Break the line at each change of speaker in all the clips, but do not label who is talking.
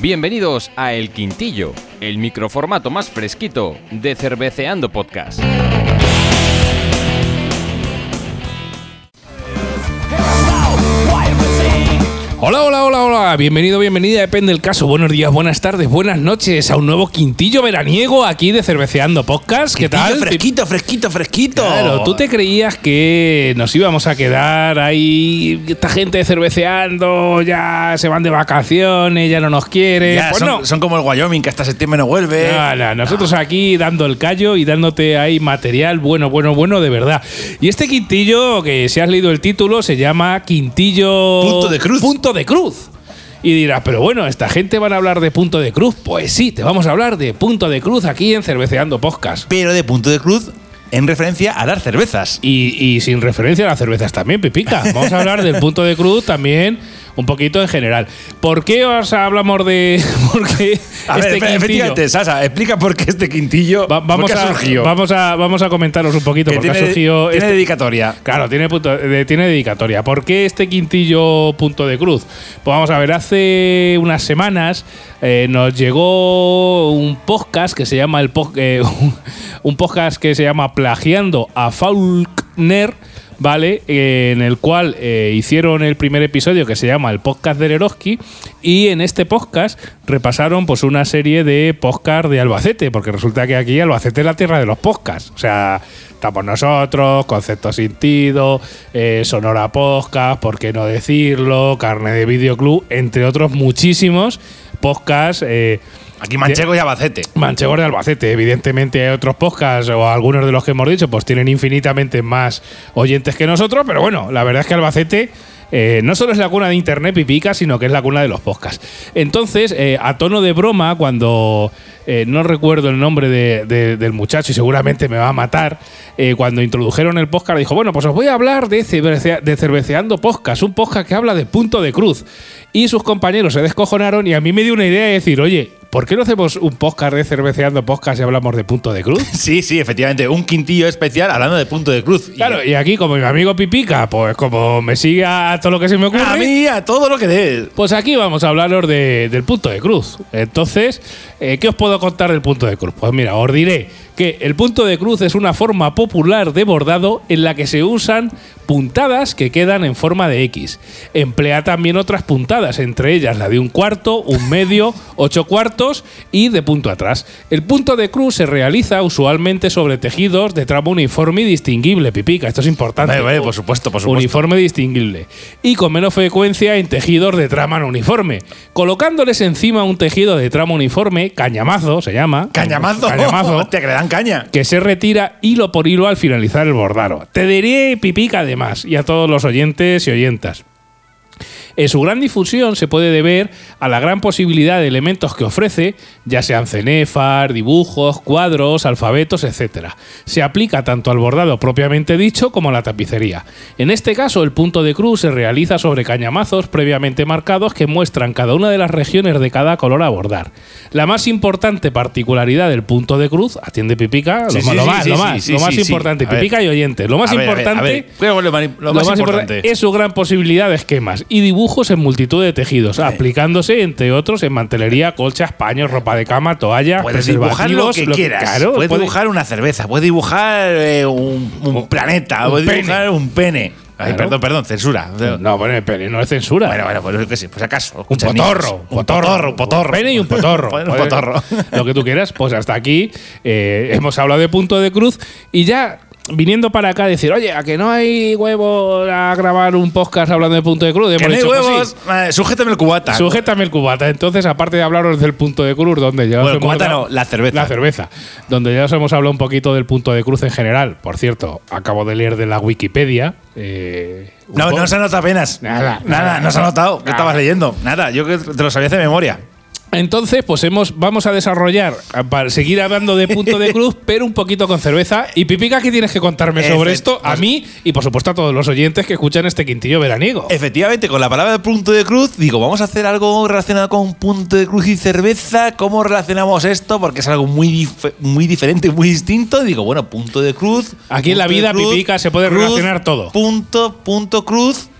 Bienvenidos a El Quintillo, el microformato más fresquito de Cerveceando Podcast.
Hola, hola, hola, hola. Bienvenido, bienvenida, depende del caso. Buenos días, buenas tardes, buenas noches a un nuevo quintillo veraniego aquí de Cerveceando Podcast. ¿Qué
Quintillo
tal?
Fresquito, fresquito, fresquito.
Claro, tú te creías que nos íbamos a quedar ahí, esta gente cerveceando, ya se van de vacaciones, ya no nos quiere.
Ya,
Pues
son,
no.
son como el Wyoming, que hasta septiembre no vuelve.
No, no, nosotros aquí dando el callo y dándote ahí material bueno, bueno, bueno, de verdad. Y este quintillo, que si has leído el título, se llama Quintillo.
Punto de cruz.
Punto de cruz. Y dirás, pero bueno, esta gente van a hablar de punto de cruz. Pues sí, te vamos a hablar de punto de cruz aquí en Cerveceando Podcast.
Pero de punto de cruz en referencia a las cervezas.
Y, y sin referencia a las cervezas también, Pipica. Vamos a hablar del punto de cruz también, un poquito en general. ¿Por qué os hablamos de.? este Porque
A ver, efe- efectivamente, Sasa, explica por qué este quintillo
Va- vamos,
por qué
a,
ha surgido.
vamos a vamos a comentaros un poquito
Que
porque
tiene,
ha surgido
tiene
este-
dedicatoria.
Claro, tiene, punto- de- tiene dedicatoria. ¿Por qué este quintillo punto de cruz? Pues vamos a ver, hace unas semanas eh, nos llegó un podcast que se llama el po- eh, un podcast que se llama Plagiando a Faulkner, ¿vale? Eh, en el cual eh, hicieron el primer episodio que se llama el podcast de Leroski y en este podcast repasaron pues una serie de podcasts de Albacete, porque resulta que aquí Albacete es la tierra de los podcasts. O sea, estamos nosotros, Concepto Sentido, eh, Sonora Podcast, ¿por qué no decirlo? Carne de Videoclub, entre otros muchísimos podcasts. eh,
Aquí Manchego y Abacete.
Manchegor de Albacete, evidentemente hay otros podcasts o algunos de los que hemos dicho, pues tienen infinitamente más oyentes que nosotros, pero bueno, la verdad es que Albacete eh, no solo es la cuna de Internet pipica, sino que es la cuna de los podcasts. Entonces, eh, a tono de broma, cuando eh, no recuerdo el nombre de- de- del muchacho y seguramente me va a matar, eh, cuando introdujeron el podcast dijo, bueno, pues os voy a hablar de, cervecea- de Cerveceando Podcast, un podcast que habla de punto de cruz. Y sus compañeros se descojonaron y a mí me dio una idea de decir, oye, ¿Por qué no hacemos un podcast de cerveceando podcast y hablamos de punto de cruz?
Sí, sí, efectivamente. Un quintillo especial hablando de punto de cruz. Y-
Claro, y aquí como mi amigo Pipica, pues como me sigue a todo lo que se me ocurre,
a mí, a todo lo que dé.
pues aquí vamos a hablaros de- del punto de cruz. Entonces, eh, ¿qué os puedo contar del punto de cruz? Pues mira, os diré que el punto de cruz es una forma popular de bordado en la que se usan puntadas que quedan en forma de X. Emplea también otras puntadas, entre ellas la de un cuarto, un medio, ocho cuartos y de punto atrás. El punto de cruz se realiza usualmente sobre tejidos de tramo uniforme y distinguible, pipica. Esto es importante.
Vale, vale, por supuesto, por supuesto.
Uniforme distinguible. Y con menos frecuencia en tejidos de trama no uniforme. Colocándoles encima un tejido de trama uniforme, cañamazo se llama.
Cañamazo.
Cañamazo.
Hostia, que le dan caña.
Que se retira hilo por hilo al finalizar el bordado. Te diré pipica además, y a todos los oyentes y oyentas. En su gran difusión se puede deber a la gran posibilidad de elementos que ofrece, ya sean cenefas, dibujos, cuadros, alfabetos, etc. Se aplica tanto al bordado propiamente dicho como a la tapicería. En este caso, el punto de cruz se realiza sobre cañamazos previamente marcados que muestran cada una de las regiones de cada color a bordar. La más importante particularidad del punto de cruz, atiende Pipica,
Sí,
lo,
sí,
lo
sí,
más,
sí,
lo
sí,
más,
sí,
lo más
sí, sí.
importante,
A ver.
Pipica y oyentes, lo más
A ver, a ver,
importante
a ver. Creo que lo mani- lo más importante.
es su gran posibilidad es quemas y dibujos en multitud de tejidos, aplicándose entre otros en mantelería, colchas, paños, ropa de cama, toallas,
Puedes dibujar lo
preservativos,
que quieras.
claro,
puedes,
puede-
dibujar una cerveza, puedes dibujar eh, un, un planeta,
un
puedes
pene.
dibujar un pene. Ay,
Claro.
perdón, perdón, censura.
No, bueno, el pene no es censura.
Bueno, bueno, pues yo qué sé, pues acaso.
un
escucha, niños.
potorro,
Un potorro, un potorro.
Un pene y un potorro.
un potorro.
Lo que tú quieras, pues hasta aquí eh, hemos hablado de punto de cruz y ya viniendo para acá decir, oye, a que no hay huevos a grabar un podcast hablando de punto de cruz.
Que
Hemos
no hay
dicho, pues sí.
huevos, eh, sujétame el cubata.
Sujétame el cubata. Entonces, aparte de hablaros del punto de cruz, donde ya
Bueno,
os
el
hemos
cubata
hablado-
no, la cerveza.
La cerveza. Donde ya os hemos hablado un poquito del punto de cruz en general. Por cierto, acabo de leer de la Wikipedia. eh, un
no,
po-
no se nota apenas.
Nada,
Nada, no se ha notado. ¿Qué
Nada.
estabas leyendo? Nada, yo que te lo sabías de memoria.
Entonces, pues hemos, vamos a desarrollar, a- para seguir hablando de punto de cruz, pero un poquito con cerveza. Y Pipica, ¿qué tienes que contarme sobre
Efect-
esto? A
pues-
mí y, por supuesto, a todos los oyentes que escuchan este quintillo veraniego.
Efectivamente, con la palabra de punto de cruz, digo, vamos a hacer algo relacionado con punto de cruz y cerveza. ¿Cómo relacionamos esto? Porque es algo muy, dif- muy diferente, muy distinto. Digo, bueno, punto de cruz.
Aquí en la
punto de
vida, pipica, se puede relacionar todo.
Punto, punto cruz.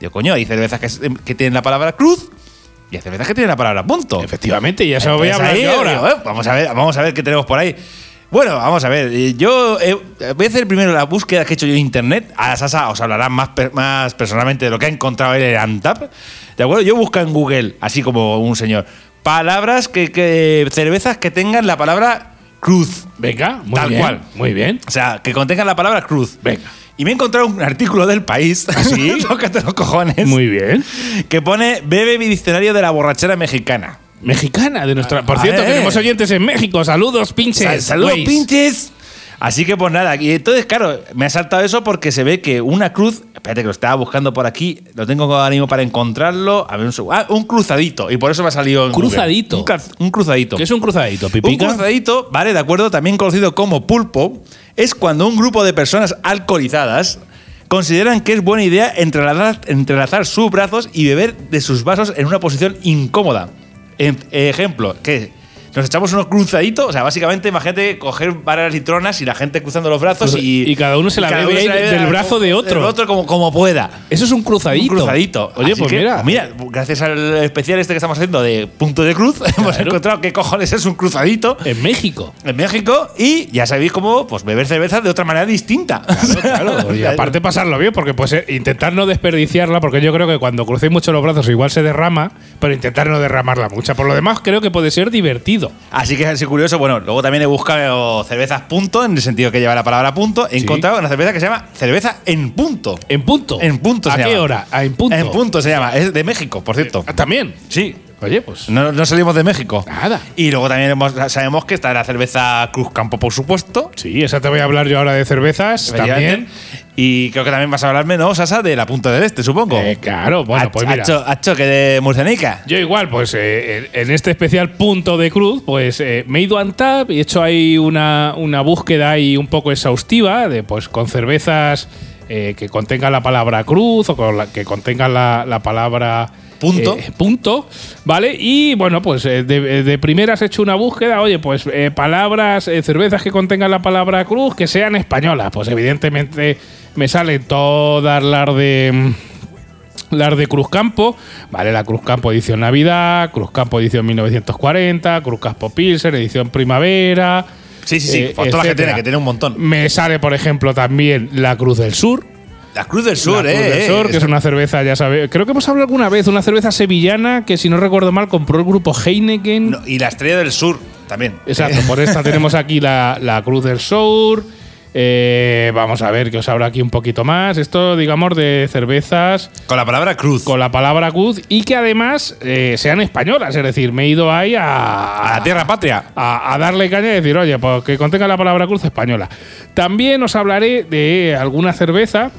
Digo, coño, hay cervezas que, es- que tienen la palabra cruz y hay cervezas que tienen la palabra punto.
Efectivamente, ya se lo voy a
Entonces,
hablar
ahí,
yo
digo,
ahora.
eh, vamos a ver, vamos a ver qué tenemos por ahí. Bueno, vamos a ver. eh, Yo eh, voy a hacer primero las búsquedas que he hecho yo en internet. A la Sasa os hablará más, per- más personalmente de lo que ha encontrado él en Antap. ¿De acuerdo? Yo busco en Google, así como un señor, palabras que, que- cervezas que tengan la palabra cruz.
Venga, muy
Tal
bien,
cual.
Muy bien.
O sea, que contengan la palabra cruz.
Venga. ¿Ah,
Y me he encontrado un artículo del país.
sí?
Tócate los cojones.
Muy bien.
que pone Bebe mi diccionario de la borrachera mexicana.
Mexicana de nuestra. Por
Ah, A
cierto,
ver.
tenemos oyentes en México. Saludos,
Sal-
pinches.
saludos,
güeyes.
pinches. Así que pues nada, y entonces claro, me ha saltado eso porque se ve que una cruz, espérate que lo estaba buscando por aquí, lo tengo con ánimo para encontrarlo, a ver un seg- ah, un cruzadito, y por eso me ha salido en Google.
Cruzadito.
Un, caz- un cruzadito.
Que es un cruzadito,
Un
pipica.
cruzadito, vale, de acuerdo, también conocido como pulpo, es cuando un grupo de personas alcoholizadas consideran que es buena idea entrelazar, entrelazar sus brazos y beber de sus vasos en una posición incómoda. En- ejemplo, que nos echamos unos cruzaditos, o sea, básicamente imagínate coger varias litronas y la gente cruzando los brazos y...
Pues, Y cada uno se la
cada
bebe ahí del
la-
brazo de otro.
del otro como, como pueda.
Eso es un cruzadito.
Un cruzadito.
Oye,
Así
pues
que,
mira.
gracias al especial este que estamos haciendo de punto de cruz, hemos encontrado que cojones es un cruzadito
En México.
en México y ya sabéis cómo pues beber cerveza de otra manera distinta.
Claro, y aparte pasarlo bien, porque pues eh, intentar no desperdiciarla, porque yo creo que cuando crucéis mucho los brazos igual se derrama, pero intentar no derramarla mucha. Por lo demás, creo que puede ser divertido.
Así que es así curioso. Bueno, luego también he buscado cervezas punto, en el sentido que lleva la palabra punto. He
Sí.
encontrado una cerveza que se llama cerveza en punto.
En punto.
En punto
¿A
se
qué
llama.
hora? A en punto.
En punto se llama. Es de México, por cierto.
Ah, También.
Sí.
Oye, pues.
No, no salimos de México.
Nada.
Y luego también hemos- sabemos que está la cerveza Cruz Campo, por supuesto.
Sí, esa te voy a hablar yo ahora de cervezas. También.
Efectivamente. Y creo que también vas a hablarme, ¿no, Sasa? De la Punta del Este, supongo.
Eh, claro, bueno, pues mira.
Hacho, que de Murcianica.
Yo igual, pues eh, en en este especial punto de cruz, pues eh, me he ido a Antap y he hecho ahí una, una búsqueda ahí un poco exhaustiva de pues con cervezas eh, que contengan la palabra cruz o con la- que contengan la, la palabra
Punto.
eh, punto, ¿vale? Y bueno, pues eh, de, de primeras he hecho una búsqueda, oye, pues eh, palabras, eh, cervezas que contengan la palabra cruz que sean españolas, pues evidentemente me salen todas las de... mm, las de Cruz Campo, vale, la Cruz Campo edición Navidad, Cruz Campo edición 1940, Cruz Campo Pilsen edición Primavera. eh,
Sí, sí, sí, pues todas las que
etcétera.
tiene, que tiene un montón.
Me sale, por ejemplo, también la Cruz del Sur.
La Cruz del Sur,
la Cruz
eh.
del
eh.
Sur, que es
Esa-
una cerveza, ya sabes. Creo que hemos hablado alguna vez, una cerveza sevillana que, si no recuerdo mal, compró el grupo Heineken.
No, y la estrella del sur también.
Exacto, por esta tenemos aquí la, la Cruz del Sur. Eh, vamos a ver que os habrá aquí un poquito más. Esto, digamos, de cervezas
Con la palabra cruz.
con la palabra cruz y que además eh, sean españolas. Es decir, me he ido ahí a,
a la tierra patria.
a, a darle caña y decir, oye, pues que contenga la palabra cruz española. También os hablaré de alguna cerveza,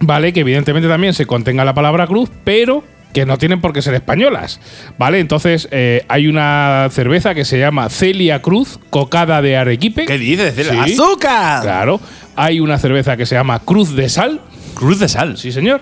¿vale? Que evidentemente también se contenga la palabra cruz, pero que no tienen por qué ser españolas, ¿vale? Entonces eh, hay una cerveza que se llama Celia Cruz, cocada de Arequipe.
¿Qué dices?
Sí.
¡Azúcar!
Claro. Hay una cerveza que se llama Cruz de Sal,
Cruz de sal.
Sí, señor.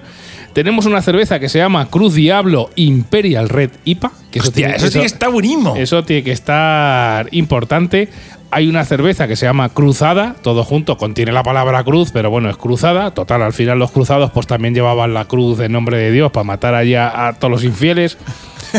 Tenemos una cerveza que se llama Cruz Diablo Imperial Red IPA. Que eso
Hostia,
tiene-
eso sí que
eso-
está buenísimo.
eso tiene que estar importante. Hay una cerveza que se llama Cruzada, todo junto, contiene la palabra cruz, pero bueno, es cruzada. Total, al final los cruzados pues también llevaban la cruz en nombre de Dios para matar allá a, todos los infieles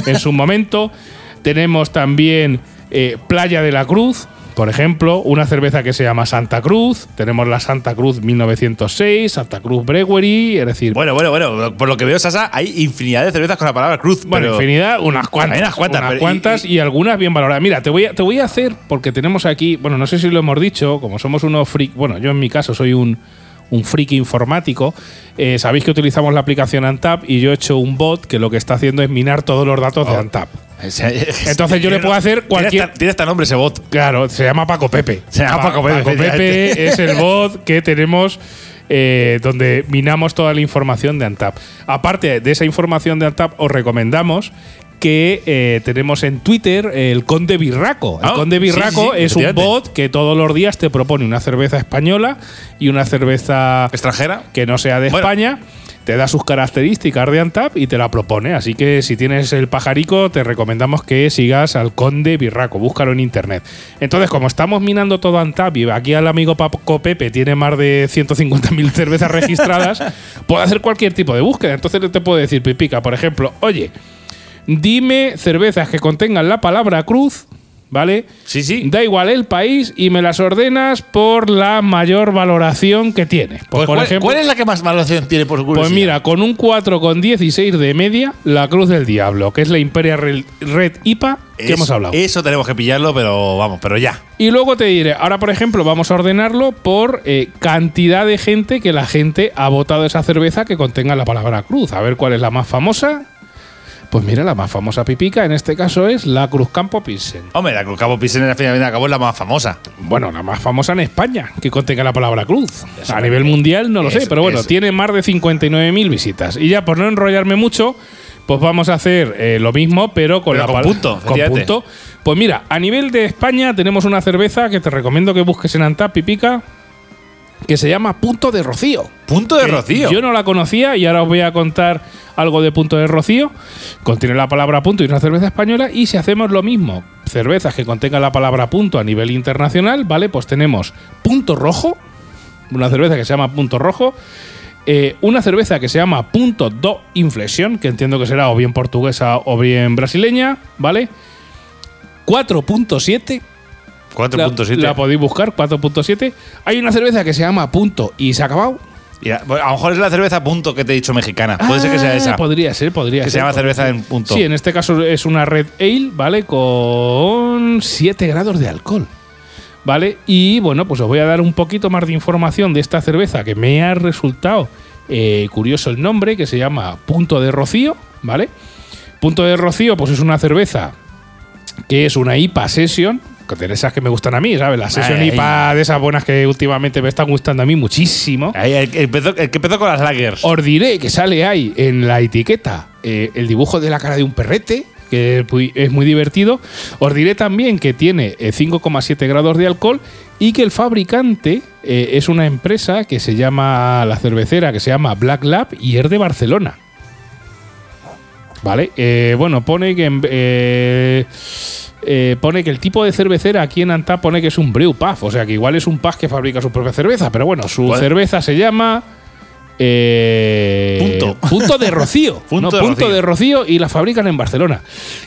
en su momento. Tenemos también eh, Playa de la Cruz, por ejemplo, una cerveza que se llama Santa Cruz. Tenemos la Santa Cruz 1906, Santa Cruz Brewery, es decir,
Bueno, bueno, bueno. Por lo que veo, Sasa, hay infinidad de cervezas con la palabra cruz.
Bueno,
pero-
infinidad, unas cuantas.
Hay unas cuantas, pero-
cuantas y, algunas bien valoradas. Mira, te voy, a, te voy a hacer, porque tenemos aquí, bueno, no sé si lo hemos dicho, como somos unos freak, bueno, yo en mi caso soy un, un freak informático, eh, sabéis que utilizamos la aplicación Antap y yo he hecho un bot que lo que está haciendo es minar todos los datos de Antap.
O sea,
Entonces yo le puedo hacer
Tiene
cualquier-
hasta- Tiene hasta nombre ese bot.
Claro, se llama Paco Pepe.
Se llama Paco Pepe, efectivamente.
es el bot que tenemos eh, donde minamos toda la información de Antap. Aparte de esa información de Antap, os recomendamos que eh, tenemos en Twitter el Conde Birraco. El
Ah,
Conde
sí,
Birraco
sí, sí,
es un
efectivamente.
bot que todos los días te propone una cerveza española y una cerveza
Extranjera.
que no sea de
Bueno.
España. te da sus características de Antap y te la propone. Así que si tienes el pajarico, te recomendamos que sigas al Conde Birraco. Búscalo en internet. Entonces, como estamos minando todo Antap y aquí al amigo Paco Pepe tiene más de 150.000 cervezas registradas, puede hacer cualquier tipo de búsqueda. Entonces, te puedo decir, Pipica, por ejemplo, oye, dime cervezas que contengan la palabra cruz. ¿Vale?
Sí, sí.
Da igual el país y me las ordenas por la mayor valoración que tiene. Pues,
Pues,
por
¿cuál,
ejemplo,
cuál es la que más valoración tiene por curiosidad?
pues mira, con un 4,16 de media, la Cruz del Diablo, que es la Imperia Rel- Red IPA que
Eso-
hemos hablado.
Eso tenemos que pillarlo, pero vamos, pero ya.
Y luego te diré, ahora por ejemplo vamos a ordenarlo por eh, cantidad de gente que la gente ha votado esa cerveza que contenga la palabra cruz. A ver cuál es la más famosa. Pues mira, la más famosa pipica en este caso es la Cruz Campo Pilsen.
Hombre, la Cruz Cabo Piscina al final acabó es la más famosa.
Bueno, la más famosa en España, que contenga la palabra cruz. a nivel mundial no lo sé,
eso,
pero bueno,
eso.
tiene más de 59.000 visitas. Y ya por no enrollarme mucho, pues vamos a hacer eh, lo mismo, pero con la
Pero con
pal-
punto,
Con
efectivamente.
punto. Pues mira, a nivel de España tenemos una cerveza que te recomiendo que busques en Antap Pipica, que se llama Punto de Rocío.
Punto de
Que
Rocío.
Yo no la conocía y ahora os voy a contar algo de Punto de Rocío. Contiene la palabra punto y una cerveza española. Y si hacemos lo mismo, cervezas que contengan la palabra punto a nivel internacional, ¿vale? Pues tenemos Punto Rojo, una cerveza que se llama Punto Rojo. eh, una cerveza que se llama Punto Do Inflexión, que entiendo que será o bien portuguesa o bien brasileña, ¿vale? 4.7 la,
4.7.
la podéis buscar, 4.7. Hay una cerveza que se llama Punto y se ha acabado.
Mira, bueno, a lo mejor es la cerveza punto que te he dicho mexicana. Puede ser que sea
Ah,
esa.
Podría ser, podría
Que
ser.
se llama cerveza en punto.
Sí, en este caso es una red ale, ¿vale? Con 7 grados de alcohol. ¿Vale? Y bueno, pues os voy a dar un poquito más de información de esta cerveza que me ha resultado eh, curioso el nombre, que se llama Punto de Rocío, ¿vale? Punto de Rocío, pues es una cerveza que es una IPA Session, que de esas que me gustan a mí, ¿sabes? La Session
Ay, ay.
IPA de esas buenas que últimamente me están gustando a mí muchísimo.
Ahí, el, que empezó, el que empezó con las lagers.
Os diré que sale ahí en la etiqueta eh, el dibujo de la cara de un perrete, que es muy- es muy divertido. Os diré también que tiene eh, 5,7 grados de alcohol y que el fabricante eh, es una empresa que se llama, la cervecera, que se llama Black Lab y es de Barcelona. Vale, eh, bueno, pone que en- eh, eh, pone que el tipo de cervecera aquí en Antap pone que es un brew pub, o sea que igual es un pub que fabrica su propia cerveza, pero bueno, su
Bueno.
cerveza se llama eh,
Punto.
punto de rocío,
Punto
No,
de
punto
Rocío.
de rocío y la fabrican en Barcelona.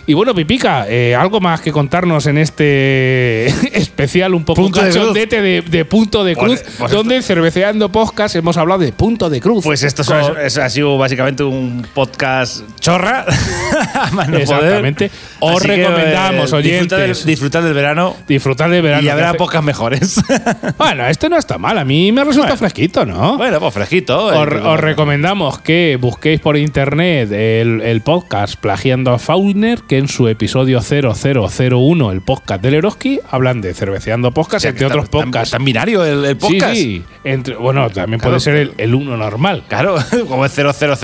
Y bueno, Pipica, eh, algo más que contarnos en este especial un poco
Punto de Cruz.
cachondete de, de punto de
Pues-
cruz,
pues
donde en cerveceando podcast hemos hablado de punto de cruz.
Pues esto es-
Con-
es- ha sido básicamente un podcast chorra. a más no poder.
Exactamente. Os
Así que, eh,
recomendamos,
disfrutar del-
oyentes.
Disfrutar del verano
Disfrutar de verano.
y habrá
que hace-
pocas mejores.
Bueno, este no está mal. A mí me resulta fresquito, ¿no?
bueno, pues fresquito.
os,
eh,
os recomendamos que busquéis por internet el, el podcast Plagiando a Faulner, que en su episodio 0001, el podcast del Eroski, hablan de cerveceando podcast,
O sea, que
entre
está-
otros
está-
podcasts.
Está en binario el, el podcast.
Sí, sí. Entre, bueno, también puede
Claro.
ser el, el uno normal.
Claro, como es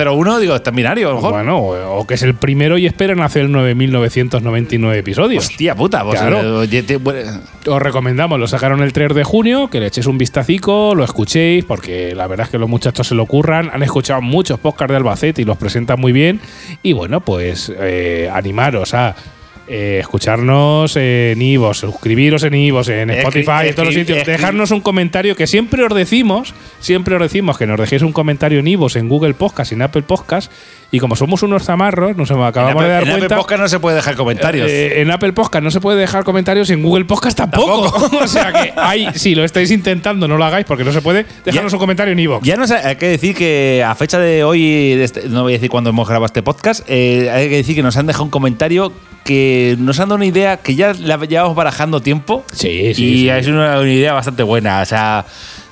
0001, digo, está en binario a lo mejor.
Bueno, o, o que es el primero y esperan hacer 9.999 episodios.
Hostia puta, pues,
Claro.
eh, oye, te- bueno,
Os recomendamos, lo sacaron el 3 de junio, que le echéis un vistacico, lo escuchéis, porque la verdad es que los muchachos se lo curran, han escuchado muchos podcasts de Albacete y los presentan muy bien. Y bueno, pues eh, animaros a eh, escucharnos en Ivos, suscribiros en Ivos, en
Escri-
Spotify, en todos los
escri-
sitios,
escri-
dejarnos un comentario, que siempre os decimos, siempre os decimos que nos dejéis un comentario en Ivos, en Google Podcast, en Apple Podcast, y como somos unos zamarros, nos acabamos de
en
dar
Apple- en
cuenta...
Apple Podcast no se puede dejar comentarios.
Eh, en Apple Podcast no se puede dejar comentarios, en Google Podcast tampoco. o sea que hay, si lo estáis intentando, no lo hagáis porque no se puede, dejadnos
Ya-
un comentario en iVoox.
Ya no sé, hay que decir que a fecha de hoy, de este- no voy a decir cuándo hemos grabado este podcast, eh, hay que decir que nos han dejado un comentario que nos han dado una idea que ya la llevamos barajando tiempo.
Sí, sí,
Y
sí.
es una, una idea bastante buena. O sea,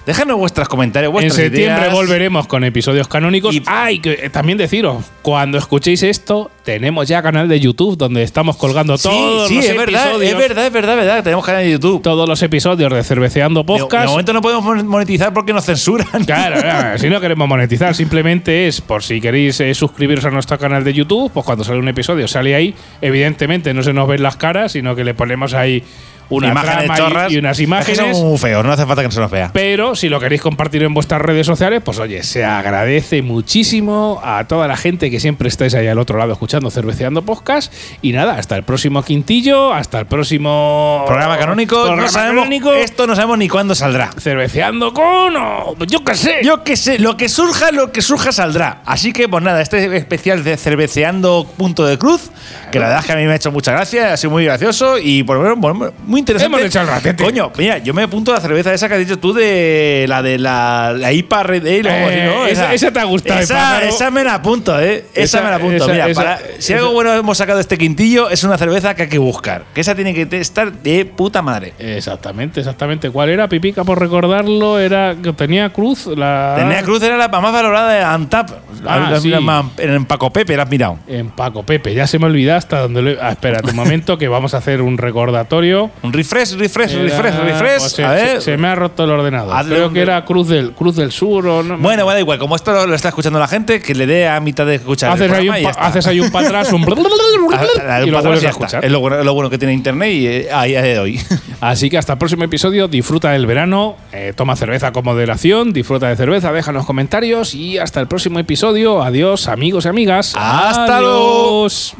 déjanos vuestros comentarios,
En
vuestras
septiembre
ideas.
volveremos con episodios canónicos.
Y-
Ay, que, eh, también deciros, Cuando escuchéis esto, tenemos ya canal de YouTube donde estamos colgando todos
sí,
los
es
episodios.
verdad, es verdad, es verdad, es verdad. Tenemos canal de YouTube.
Todos los episodios de Cerveceando
De, de
Podcast.
momento no podemos monetizar porque nos censuran.
Claro, claro, si no queremos monetizar, simplemente es por si queréis eh, suscribiros a nuestro canal de YouTube, pues cuando sale un episodio sale ahí, evidentemente no se nos ven las caras, sino que le ponemos ahí una
imágenes
trama y-
chorras.
y, unas imágenes.
Es que son muy feos, no hace falta que se nos vea.
Pero si lo queréis compartir en vuestras redes sociales, pues oye, se agradece muchísimo a toda la gente que siempre estáis ahí al otro lado escuchando Cerveceando Podcast. Y nada, hasta el próximo Quintillo, hasta el próximo
Programa canónico,
programa
no sabemos,
canónico,
esto no sabemos ni cuándo saldrá.
Cerveceando con, o yo qué sé.
Yo qué sé, lo que surja, lo que surja saldrá. Así que, pues nada, este especial de cerveceando punto de cruz, que la verdad es que a mí me ha hecho mucha gracia, ha sido muy gracioso y por lo menos bueno, muy interesante.
Hemos hecho el ratete.
Coño, mira, yo me apunto a la cerveza esa que has dicho tú de la de la, la IPA Red Ale. o algo así, ¿no?
Eh, esa- esa te ha gustado,
Esa,
pájaro.
esa me la apunto, ¿eh? Esa,
Esa-
me la apunto.
esa-
mira,
esa-
para- si
esa-
algo bueno hemos sacado de este quintillo, es una cerveza que hay que buscar. Que esa tiene que te- estar de puta madre.
Exactamente, exactamente. ¿Cuál era? Pipica, por recordarlo, era que tenía cruz. La...
Tenía Cruz era la más valorada de Antap.
Ah,
La- la-
sí.
la más- En Paco Pepe la has mirado.
En Paco Pepe, ya se me olvidó hasta donde lo. Ah, espérate un momento, que vamos a hacer un recordatorio.
Un refresh, refresh,
Era-
refresh, refresh.
pues se,
a
se-
ver.
se me ha roto el ordenador.
Hazle
Creo
un-
que era Cruz del, Cruz del Sur o no.
bueno, bueno, da igual. Como esto lo, lo está escuchando la gente, que le dé a mitad de escuchar. el
haces, ahí
programa
un pa-
y ya está.
haces ahí un para atrás, un
Ah, ah,
y
un
lo
patrón
vuelves
y
a
ya está.
escuchar.
Es lo bueno, lo bueno que tiene internet y eh, a día de hoy.
Así que hasta el próximo episodio, disfruta del verano, eh, toma cerveza con moderación, disfruta de cerveza, déjanos comentarios y hasta el próximo episodio. Adiós, amigos y amigas.
Hasta luego.
Adiós.